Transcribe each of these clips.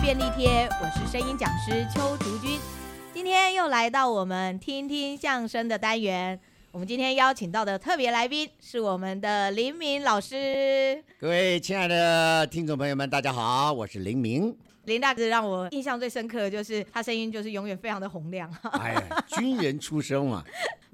便利贴，我是声音讲师邱竹君。今天又来到我们听听相声的单元。我们今天邀请到的特别来宾是我们的林敏老师。各位亲爱的听众朋友们，大家好，我是 林明。林大哥让我印象最深刻的就是他声音就是永远非常的洪亮， 哎呀，军人出身嘛，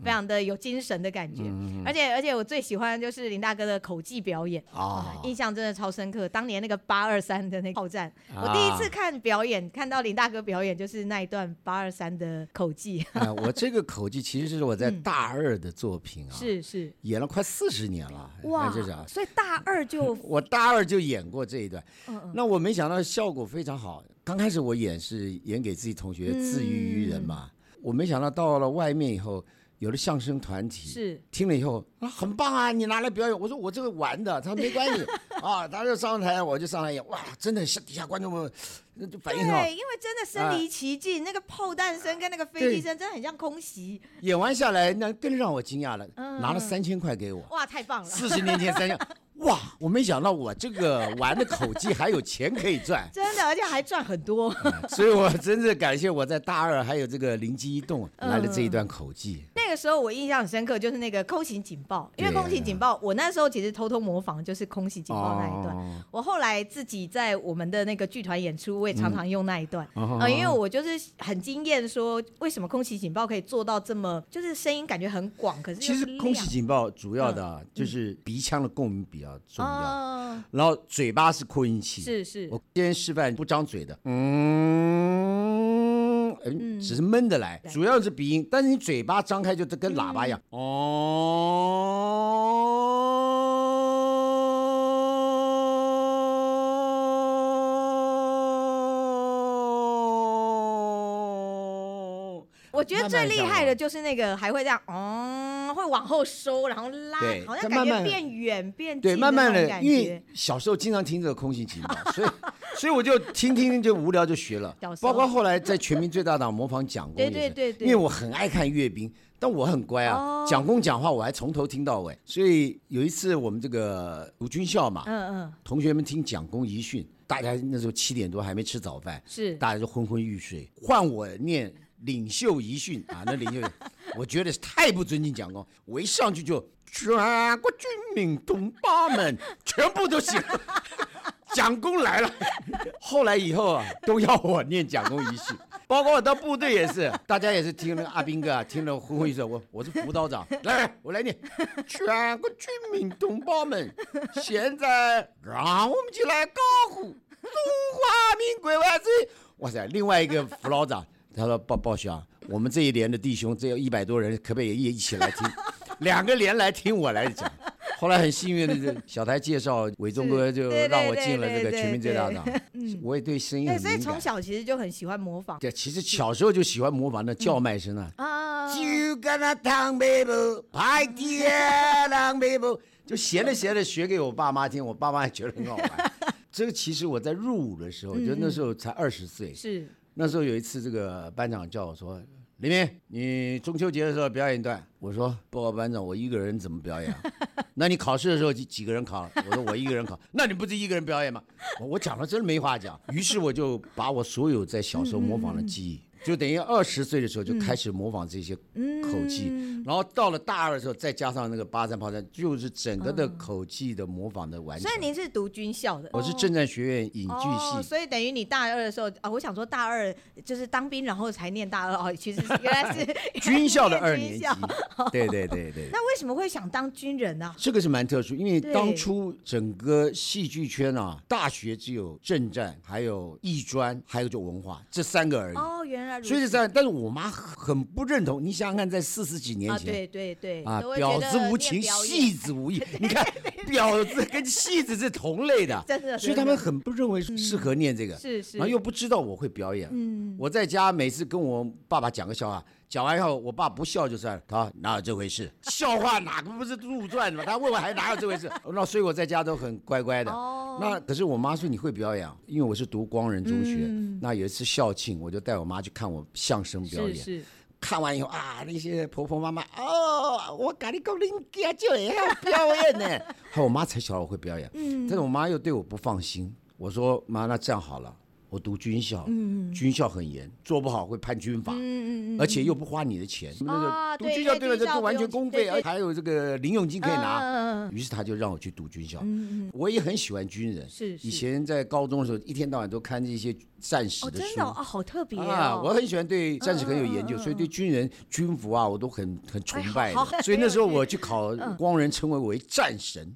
非常的有精神的感觉。嗯而且而且我最喜欢就是林大哥的口技表演。啊，印象真的超深刻，当年那个八二三的那个炮战，我第一次看表演，看到林大哥表演就是那一段八二三的口技，啊，我这个口技其实是我在嗯大二的作品啊，是是，演了快四十年了，哇那就是嗯啊，，所以大二就，我大二就演过这一段，嗯嗯，那我没想到效果非常好。刚开始我演是演给自己同学自娱于人嘛，嗯我没想到到了外面以后，有了相声团体，是听了以后啊，很棒啊，你拿来表演。我说我这个玩的，他说没关 系啊，他就上台，我就上来演，哇，真的下底下观众们那就反应很好对，。因为真的身临其境，那个炮弹声跟那个飞机声真的很像空袭，演完下来，那更让我惊讶了，嗯拿了三千块给我，哇，太棒了，，四十年前三千， 哇，我没想到我这个玩的口技还有钱可以赚 真的，而且还赚很 多。所以我真是感谢我在大二还有这个灵机一动来了这一段口技。那个时候我印象很深刻，就是那个空袭警报，因为对啊空袭警报，我那时候其实偷偷模仿就是空袭警报那一段。哦我后来自己在我们的那个剧团演出，我也常常用那一段，嗯哦呃，因为我就是很惊艳，说为什么空袭警报可以做到这么，就是声音感觉很广，可是又其实是亮空气警报主要的嗯啊就是鼻腔的共鸣比较重要，哦，然后嘴巴是扩音器。是是，嗯我今天示范不张嘴的，嗯，呃只是闷的来，主要是鼻音，但是你嘴巴张开就跟喇叭一样，嗯哦哦。我觉得慢慢最厉害的上就是那个还会这样，哦，会往后收，然后拉，对好像再感慢觉慢变远变近对，慢慢的那种的，感因为觉。小时候经常听这个空心情报， 所以所以我就听听就无聊就学了小时，候包括后来在《全民最大党》模仿蒋公也对是，对对对因为我很爱看阅兵，但我很乖哦啊，蒋公讲话我还从头听到尾，所以有一次我们这个读军校嘛，嗯嗯，同学们听蒋公遗训，大家那时候七点多还没吃早饭，是大家就昏昏欲睡，换我念领袖遗训 啊，那领袖，我觉得是太不尊敬蒋公，我一上去就全国军民同胞们全部都醒了， 蒋公来了， 后来以后啊都要我念蒋公遗训。 包括我到部队也是，大家也是听那个阿兵哥啊，听了昏昏欲睡。我我是辅导长，来来，我 来念，全国军民同胞们，现在让我们一起来高呼中华民国万岁！哇塞，另外一个副老长，他说报报销，啊我们这一连的弟兄只有一百多人，可不可以一一起来 听？两个连来听我来讲。后来很幸运的，是，小台介绍伟忠哥就对对让我对进了这对个对全民最大对党， 我也对声音对，嗯哎很所以敏从感。小其实就很喜欢模仿对，其实小时候就喜欢模仿那叫嗯卖声啊。啊，就跟那糖妹不拍天啊糖妹不， 就学着学着学给我爸妈听，我爸妈也觉得很 好玩。这个其实我在入伍的时候，嗯就那时候才二十岁，是那时候有一次这个班长叫我说：“李明，你中秋节的时候表演一段。”我说：“报告班长，我一个人怎么 表演、啊？”那你考试的时候几几个人考？我说我一个人考，那你不是一个人表演吗？我我讲了真没话讲，于是我就把我所有在小时候模仿的记嗯忆，就等于二十岁的时候就开始模仿这些口技，嗯然后到了大二的时候再加上那个八三炮战，就是整个的口技的模仿的完嗯成所。以您是读军校的，我是政战学院影剧系，哦，所以等于你大二的时候啊、我想说大二就是当兵，然后才念大二哦，其实是原来是 军校的二年级军校。对对对对。那为什么会想当军人啊呢、这个是蛮特殊，因为对当初整个戏剧圈啊，大学只有政战，还有艺专，还有就文化这三个而已。哦，原来如此。所以在，但是我妈很不认同。你想想看，在四十几年啊，前对对对，啊，都会觉婊得子无念情，表演戏子无义。你看，婊子跟戏子是同类 的，真的所以真他的们很不认为适合念这个，是是然后又不知道我会表演。嗯，我在家每次跟我爸爸讲个笑话，讲完以后我爸不笑就算了，他说哪有这 回事？笑话哪个不是杜撰的嘛？他问我还哪有这回事？ 那所以我在家都很乖乖的。哦那可是我妈说你会表演啊，因为我是读光仁中学。那有一次校庆，我就带我妈去看我相声表嗯是演。是，看完以后啊，那些婆婆妈妈哦，我跟你讲，你家就也要表演 呢。嗯后来我妈才晓得我会表演，但是我妈又对我不放心。我说妈，那这样好了，我读军校，嗯军校很严，做不好会判军法。嗯而且又不花你的钱，那啊个读对军校对对了，军这校都完全不用公对费，哎对而还有这个零用金可以拿。拿，嗯于是他就让我去读军校，嗯嗯，我也很喜欢军人。是是以前在高中的时候，一天到晚都看这些战史哦，的真书的哦，啊好特别啊，我哦，很喜欢对战士很有研嗯究，嗯嗯哎所以对军人军服啊，我都很很崇拜好好的。所以那时候我去考嗯光仁，称为为战神，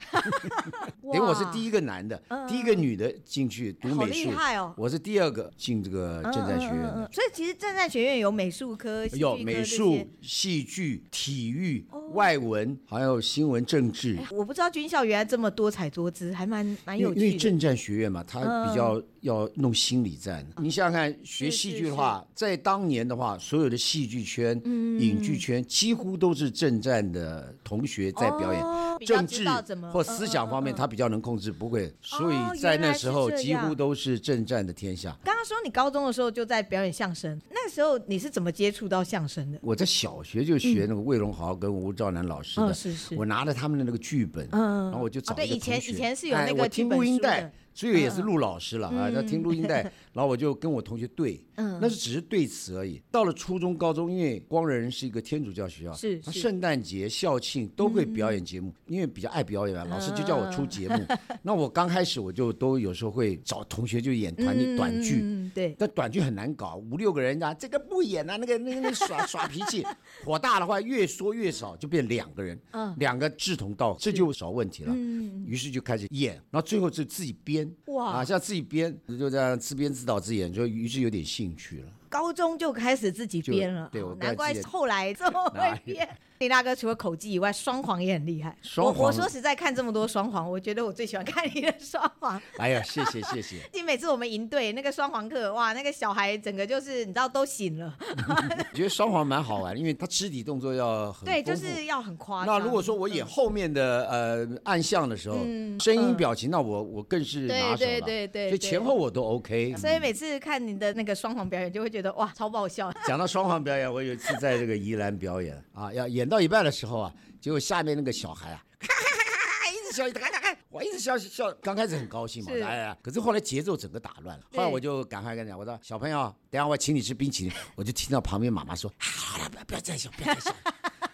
哇等于我是第一个男的嗯嗯，第一个女的进去读好美厉术，害哦，我是第二个进这个政战学院嗯嗯嗯的嗯。所以其实政战学院有美术科、戏剧有科美这术些。、戏剧、体育哦、外文，还有新闻、政治。哎我不知道军校原来这么多彩多姿，还蛮蛮因有为因为趣的。嗯政战学院嘛，它比较要弄心理战。你想想看，学是戏啊是嗯剧的话，在当年的话，所有的戏剧圈、影剧圈几乎都是政战的同学在表演。哦比较政知治道怎么或思想方嗯嗯面，嗯嗯他比较能控制，不会。所哦以在原来那是时候这几乎样都是政战的天下。刚刚说你高中的时候就在表演相声，那时候你是怎么接触到相声的？我在小学就学那个魏荣豪跟吴兆南老师嗯，的，是是，我拿着他们的那个剧本，嗯然后我就哦找一对个以前同学以前是有哎那个我剧听本录音书的嗯带，这个也是陆老师了啊，要听录音带，然后我就跟我同学对，嗯那是只是对词而已。到了初中、高中，因为光仁是一个天主教学校，是他是嗯圣诞节、校庆都会表演节目，因为比较爱表演嘛，老师就叫我啊出节目。 那我刚开始我就都有时候会找同学就演团嗯短剧，嗯嗯嗯对，但短剧很难搞，五六个人啊，这个不演啊，那个那个那个耍耍脾 气，火大的话越说越少，就变两个人，嗯两个志同道合，这就少问题了。嗯，于是就开始演，然后最后就自己编，哇啊，像自己编就这样自编自导自演，就于是有点兴趣了。高中就开始自己就编了，对哦我难怪自己后来这么哪会有编。李大哥除了口技以外，双簧也很厉害。双我我簧说实在，看这么多双簧，我觉得我最喜欢看你的双簧。哎呀，谢谢 谢谢。你每次我们营队那个双簧课，哇，那个小孩整个就是你知道都醒了，我觉得双簧蛮好玩，因为他肢体动作要很对，就丰富是要很夸张。那如果说我演后面的呃暗相的时候，声音表情，那我我更是拿手对嗯了。对对对，所对以前后我都 OK。所以每次看你的那个双簧表演，就会觉得哇，超爆笑。 讲到双簧表演，我有一次在这个宜兰表演啊，要演到一半的时候啊，结果下面那个小孩啊，哈哈哈哈，一直笑，一直哈哈哈，我一直笑笑，刚开始很高兴嘛，是哎呀，可是后来节奏整个打乱了，对后来我就赶快跟他讲，我说小朋友，等一下我请你吃冰淇淋，我就听到旁边妈妈说，好了，不要不要再笑，不要再笑。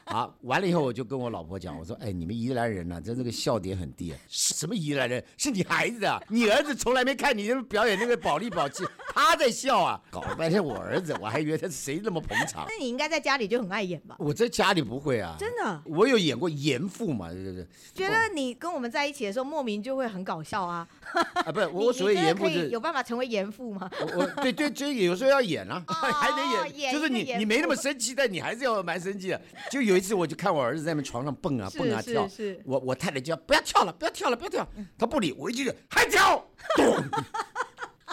好，完了以后我就跟我老婆讲，我说，哎，你们宜兰人呐、真这个笑点很低啊。是什么宜兰人？是你孩子啊？你儿子从来没看你表演那个保利保气， 他在笑啊。搞了半天我儿子，我还以为他是谁那么捧场。那你应该在家里就很爱演吧？我在家里不会啊，真的我有演过严父嘛，对对对，觉得你跟我们在一起的时候，莫名就会很搞笑啊。啊，不是，你我所谓你真的严父可以是有办法成为严父吗？我我对对，这有时候要演啊，哦 还得演，演就是一个你演你没那么父生气，但你还是要蛮生气的。就有一次，我就看我儿子在那床上蹦啊是蹦啊是跳是，我我太太就要不要跳了，不要跳了，不要跳，嗯他不理，我一句 还跳，咚，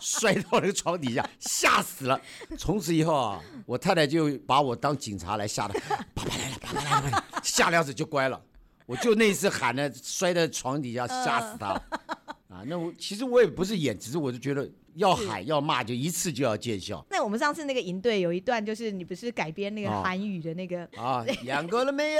摔到那个床底下，吓死了。从此以后啊，我太太就把我当警察来吓的，爸爸来了，爸爸来了，爸爸来了，吓了要死就乖了。我就那一次喊了，摔在床底嗯下，吓死 他了。啊，那我其实我也不是演，只是我就觉得要喊要骂就一次就要见效那我们上次那个营队有一段，就是你不是改编那个哦韩语的那个。 啊！养够了没有？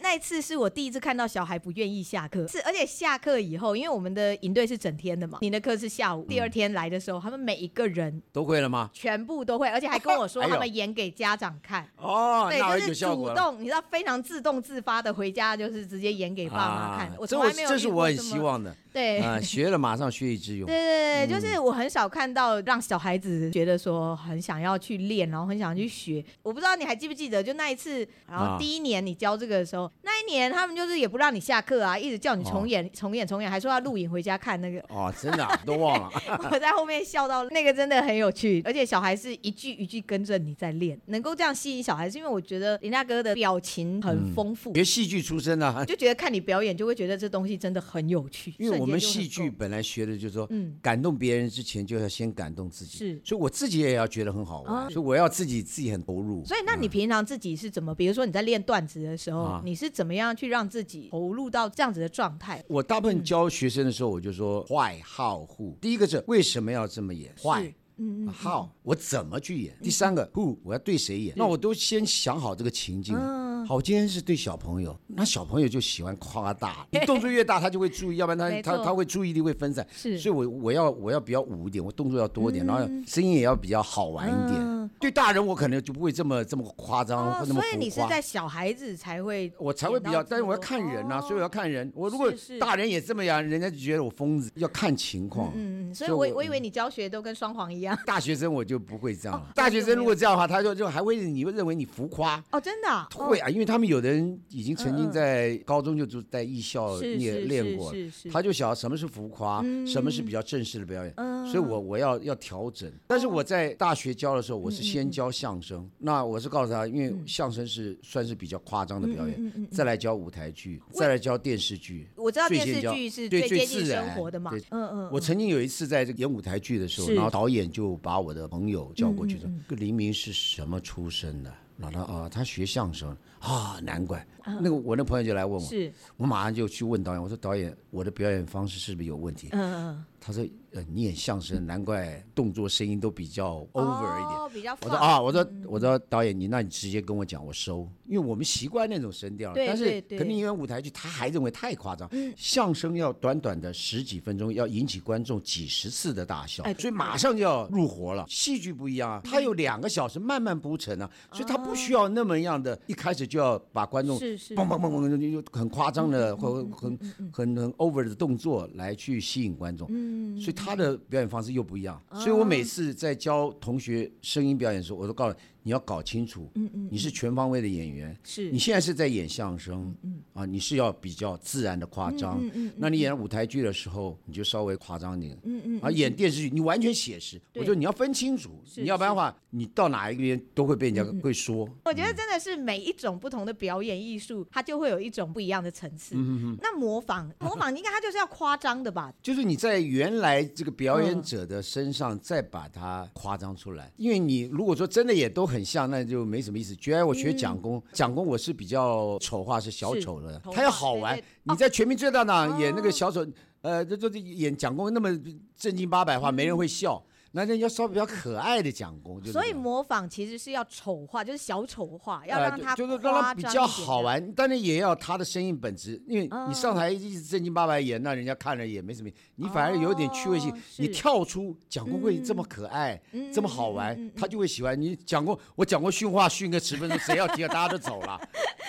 那一次是我第一次看到小孩不愿意下课，是而且下课以后，因为我们的营队是整天的嘛，你的课是下嗯午。第二天来的时候，他们每一个人都会了吗？全部都会，而且还跟我说 哎呦他们演给家长看。哦，对，那就有是效主果了。动，你知道，非常自动自发的回家，就是直接演给爸妈看。我啊这从来没有这是遇过我很这么希 望的对。啊，学了马上学以致用。对对嗯对，就是我很少看到让小孩子觉得说很想要去练，然后很想去学。我不知道你还记不记得，就那一次，然后啊第一年你教这个的时候，那一年他们就是也不让你下课啊，一直叫你重演、重演、重演，还说要录影回家看那个。 哦，真的啊都忘了。我在后面笑到那个真的很有趣，而且小孩是一句一句跟着你在练，能够这样吸引小孩，是因为我觉得林大哥的表情很丰富。学戏剧 出身啊，就觉得看你表演，就会觉得这东西真的很有趣。因为我们瞬间就很戏剧够，本来学的就是说，嗯感动别人之前就要先感动自己，是所以我自己也要觉得很好玩，啊所以我要自己自己很投入。所以那你平常自己是怎么？比如说你在练段子的时候，嗯啊你是怎么样去让自己投入到这样子的状态？我大部分教学生的时候，我就说坏好护。第一个是为什么要这么演坏啊是。嗯嗯，嗯好，我怎么去演？第三个，who，我要对谁演？那我都先想好这个情境，啊嗯嗯好，今天是对小朋友，那小朋友就喜欢 夸大，你动作越大，他就会注意，要不没然他错他他会注意力会分散。是所以我我要我要比较武一点，我动作要多一点，然后声音也要比较好玩一点。嗯对大人我可能就不会这么这么夸张，哦或啊那么浮夸。所以你是在小孩子才会，我才会比较，但是我要看人呐、哦所以我要看人。我如果是是大人也这么样，人家就觉得我疯子。要看情况。嗯，嗯所以我我以为嗯你教学都跟双簧一 样，大学生我就不会这样了。哦大学生如果这样的话，他就就还会你会认为你浮夸。哦，真的啊，哦会啊，因为他们有的人已经曾嗯经嗯在高中就就在艺校哦是是练练过了，是是，他就晓得什么是浮夸，嗯什么是比较正式的表演。嗯所以我我要要调整。但是我在大学教的嗯时候，我是先教相声，那我是告诉他，因为相声是算是比较夸张的表演，嗯嗯嗯嗯再来教舞台剧，再来教电视剧。我知道最电视先教剧是对最最接近自生然活的嘛，对嗯嗯，我嗯曾经有一次在这个演舞台剧的时候，是然后导演就把我的朋友叫过去说嗯：“这黎明是什么出身的？”然后他啊，他学相声啊，难怪。那个我那朋友就来问我，是，我马上就去问导演，我说：“导演，我的表演方式是不是有问题？”嗯嗯他说：“呃，你演相声，难怪动作声音都比较嗯 over 一点。哦比较我说放啊，我说我说导演，你那你直接跟我讲，我收，因为我们习惯那种声调了。对但对是对嗯可能因为舞台剧，他还认为太夸张。相声要短短的十几分钟，要引起观众几十次的大笑哎，所以马上就要入伙了。戏剧不一样啊，它有两个小时慢慢铺陈啊，所以它不需要那么样的，一开始就要把观众是嗯是嘣嘣嘣嘣就就很夸张的或很很很 over 的动作来去吸引观众。嗯，哦所以他的表演方式又不一样。所以我每次在教同学声音表演的时候，我都告诉你要搞清楚，嗯嗯你是全方位的演员。是嗯你现在是在演相声，啊，你是要比较自然的夸张。那你演舞台剧的时候，你就稍微夸张点。嗯嗯。啊，演电视剧你完全写实，我对觉得你要分清楚，是嗯你要不然的话，你到哪一边都会被人家会说。我觉得真的是每一种不同的表演艺术，它就会有一种不一样的层嗯次。那模仿，模仿应该它就是要夸张的吧？就是你在原来这个表嗯演者的身上再把它夸张出来，因为你如果说真的也都很像，那就没什么意思。觉得我学蒋公，嗯蒋公我是比较丑化，是小丑的丑，化他要好玩对对。你在《全民最大党》演那个小哦丑，呃，就就是演蒋公那么正经八百话，没人会笑。那人要稍微比较可爱的蒋公，就是这嗯所样以模仿其实是要丑化，就是小丑化，要呃让它就就是夸让张他一比点较的好。玩，但是也要他的声音本质，因为哦你上台一直正经八百演，那人家看了也没什么，你反而有点趣味性哦，你是嗯跳出蒋公会这么可爱，这么好玩，他就会喜欢你。蒋公，我讲过训话训个十分钟，谁要听啊？大家都走了，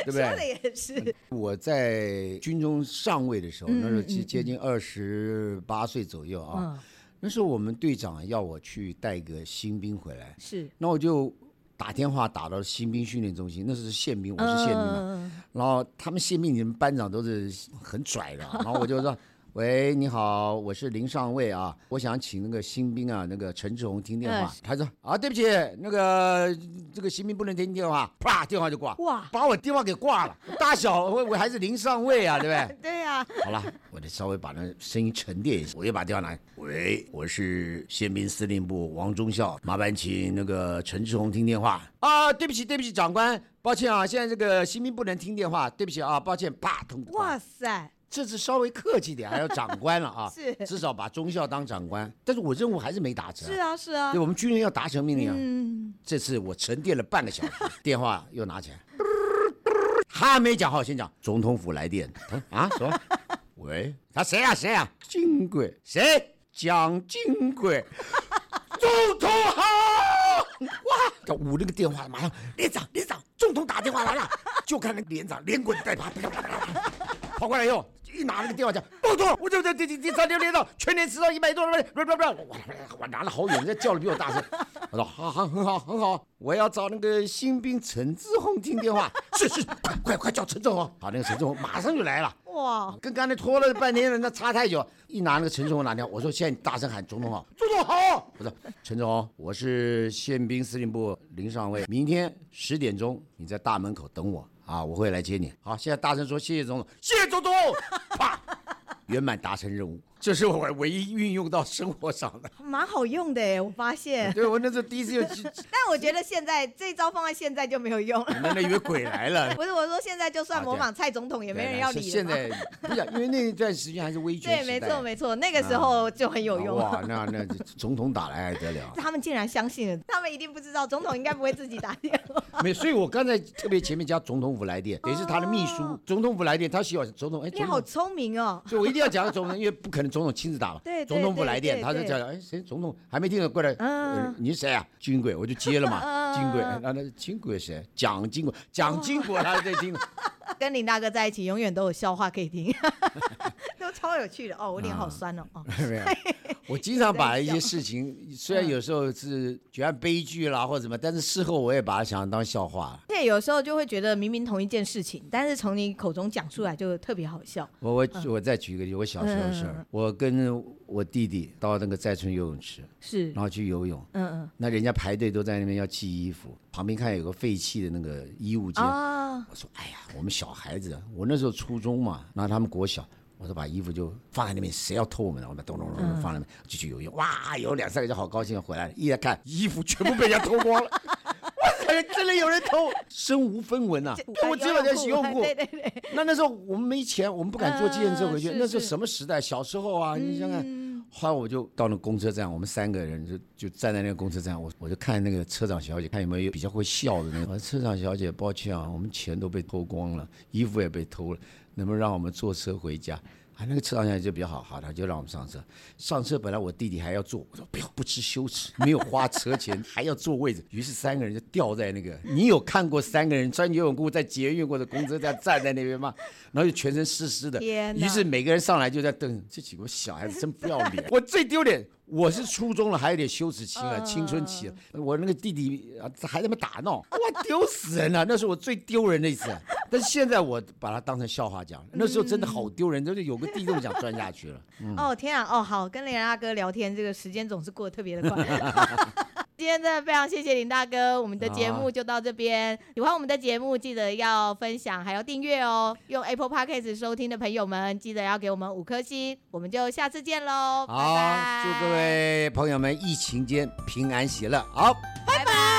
对不说的对？也是，我在军中上尉的时候，那时候接接近二十八岁左右啊，嗯，那时候我们队长要我去带个新兵回来，是。那我就打电话打到新兵训练中心，那时候是宪兵，我是宪兵嘛。嗯，然后他们宪兵你们班长都是很拽 的啊，然后我就说：“喂，你好，我是林上尉啊，我想请那个新兵啊，那个陈志宏听电话。嗯他说：“啊，对不起，那个这个新兵不能听电话。”啪，电话就挂，哇把我电话给挂了。大小我我还是林上尉啊，对不对？对呀、啊，好了，我得稍微把那声音沉淀一下，我又把电话拿。喂，我是宪兵司令部王中校，麻烦请那个陈志宏听电话。啊，对不起，对不起，长官，抱歉啊，现在这个新兵不能听电话，对不起啊，抱歉，啪通。哇哇，塞，，这次稍微客气点，还要长官了啊是至少把中校当长官。但是我任务还是没达成啊，是啊是啊对，，我们军人要达成命令啊。嗯，这次我沉淀了半个小时， 电话又拿起来，他没讲好，先讲总统府来 电。他说啊什么？喂，他谁呀、谁呀、金贵谁？蒋经贵， 总统好！哇，他捂那个电话，马上连长连长，总统打电话来了，就看那个连长连滚带爬，啪啪啪啪啪跑过来以后，一拿那个电话讲，报错，我这这这这这三六连到，全年迟到一百多了，不不不，我我拿了好远，人家叫的比我大声。我说好好很好很好，我要找那个新兵陈志宏听电话。是是，快快快叫陈志宏。好，那个陈志宏马上就来了。哇，啊跟刚才拖了半天了，那差太久。一拿那个陈志宏拿掉，我说现在你大声喊总统好，总统好。我说陈总好，我是宪兵司令部林上尉，明天十点钟你在大门口等我啊，我会来接你。好，现在大声说谢谢总统，谢谢总统，啪，圆满达成任务。这是我唯一运用到生活上的。蛮好用的哎，我发现。 对我那时候第一次用，但我觉得现在这一招放在现在就没有用了。你们那以为鬼来了。不是我说，现在就算嗯啊模对仿蔡总统，也没对人那要是理了现嘛。在不是，因为那一段时间还是威权对，时代。啊没错没错，那个时候就很有用。哇，那那总统打来还得了？ 他们竟然相信了，他们一定不知道，总统应该不会自己打电话。没，所以我刚才特别前面加总统府来电，也是他的秘书哦。总统府来电，他希望总统 哎，你总好统，聪明哦，所以我一定要讲总统，因为不可能总统亲自打嘛。对对总统府对来对电，他就对讲哎，谁总统还没听到过来？呃嗯你是谁啊？军鬼，我就接嗯了嗯嘛。嗯哦军鬼，嗯那那军鬼是谁？蒋经国，蒋经国他在 听。跟林大哥在一起，永远都有笑话可以听， 都超有趣的哦。我脸好啊酸哦，哦，没有，我经常把一在些事情，虽然有时候是觉得悲剧啦或者什么，但是事后我也把它想当笑话。而且有时候就会觉得明明同一件事情，但是从你口中讲出来就特别好笑。我我我再举一个例子，我小时候的事嗯嗯嗯嗯儿，我跟我弟弟到那个寨村游泳池，是，然后去游泳，嗯那人家排队都在那边要寄衣服，旁边看有个废弃的那个衣物嗯，间，啊，我说哎呀，我们小孩子，我那时候初中嘛，然后他们国小。我说把衣服就放在那边，谁要偷我们的，我们咚咚咚嗯咚放在那边，就去游泳，哇，游两三个就好高兴，回来了，一来看衣服全部被人家偷 光了，我操，真的有人偷，身无分文啊呐、呃我只有在洗游泳泳裤， 对对对，那那时候我们没钱，我们不敢坐计程车回去。嗯是那时候是什么时代？小时候啊，你想想。嗯，后来我就到那公车站，我们三个人就就站在那个公车站，我我就看那个车长小姐，看有没有比较会笑的那个。我说车长小姐，抱歉啊，我们钱都被偷光了，衣服也被偷了，能不能让我们坐车回家？啊，那个车长小姐就比较好，好，她就让我们上车。上车本来我弟弟还要坐，我说不要不知羞耻，没有花车钱还要坐位置。于 是三个人就吊在那个，你有看过三个人穿游泳裤在捷运或者公车站站在那边吗？然后就全身湿湿的，天哪于是每个人上来就在瞪这几个小孩子真不要 脸，我最丢脸。我是初中了，还有点羞耻心啊，嗯青春期啊。我那个弟弟啊，还在那边打 闹，哇，丢死人了、啊那是我最丢人的一次。但是现在我把它当成笑话讲，嗯那时候真的好丢人，就是有个弟弟我想钻下去了。哦天啊，哦好，跟林大哥聊天，这个时间总是过得特别的快。今天真的非常谢谢林大哥，我们的节目就到这边。喜欢我们的节目，记得要分享，还要订阅哦。用 Apple Podcast 收听的朋友们，记得要给我们五颗星。我们就下次见 喽，拜好拜！，祝各位朋友们疫情间平安喜乐。好，拜拜。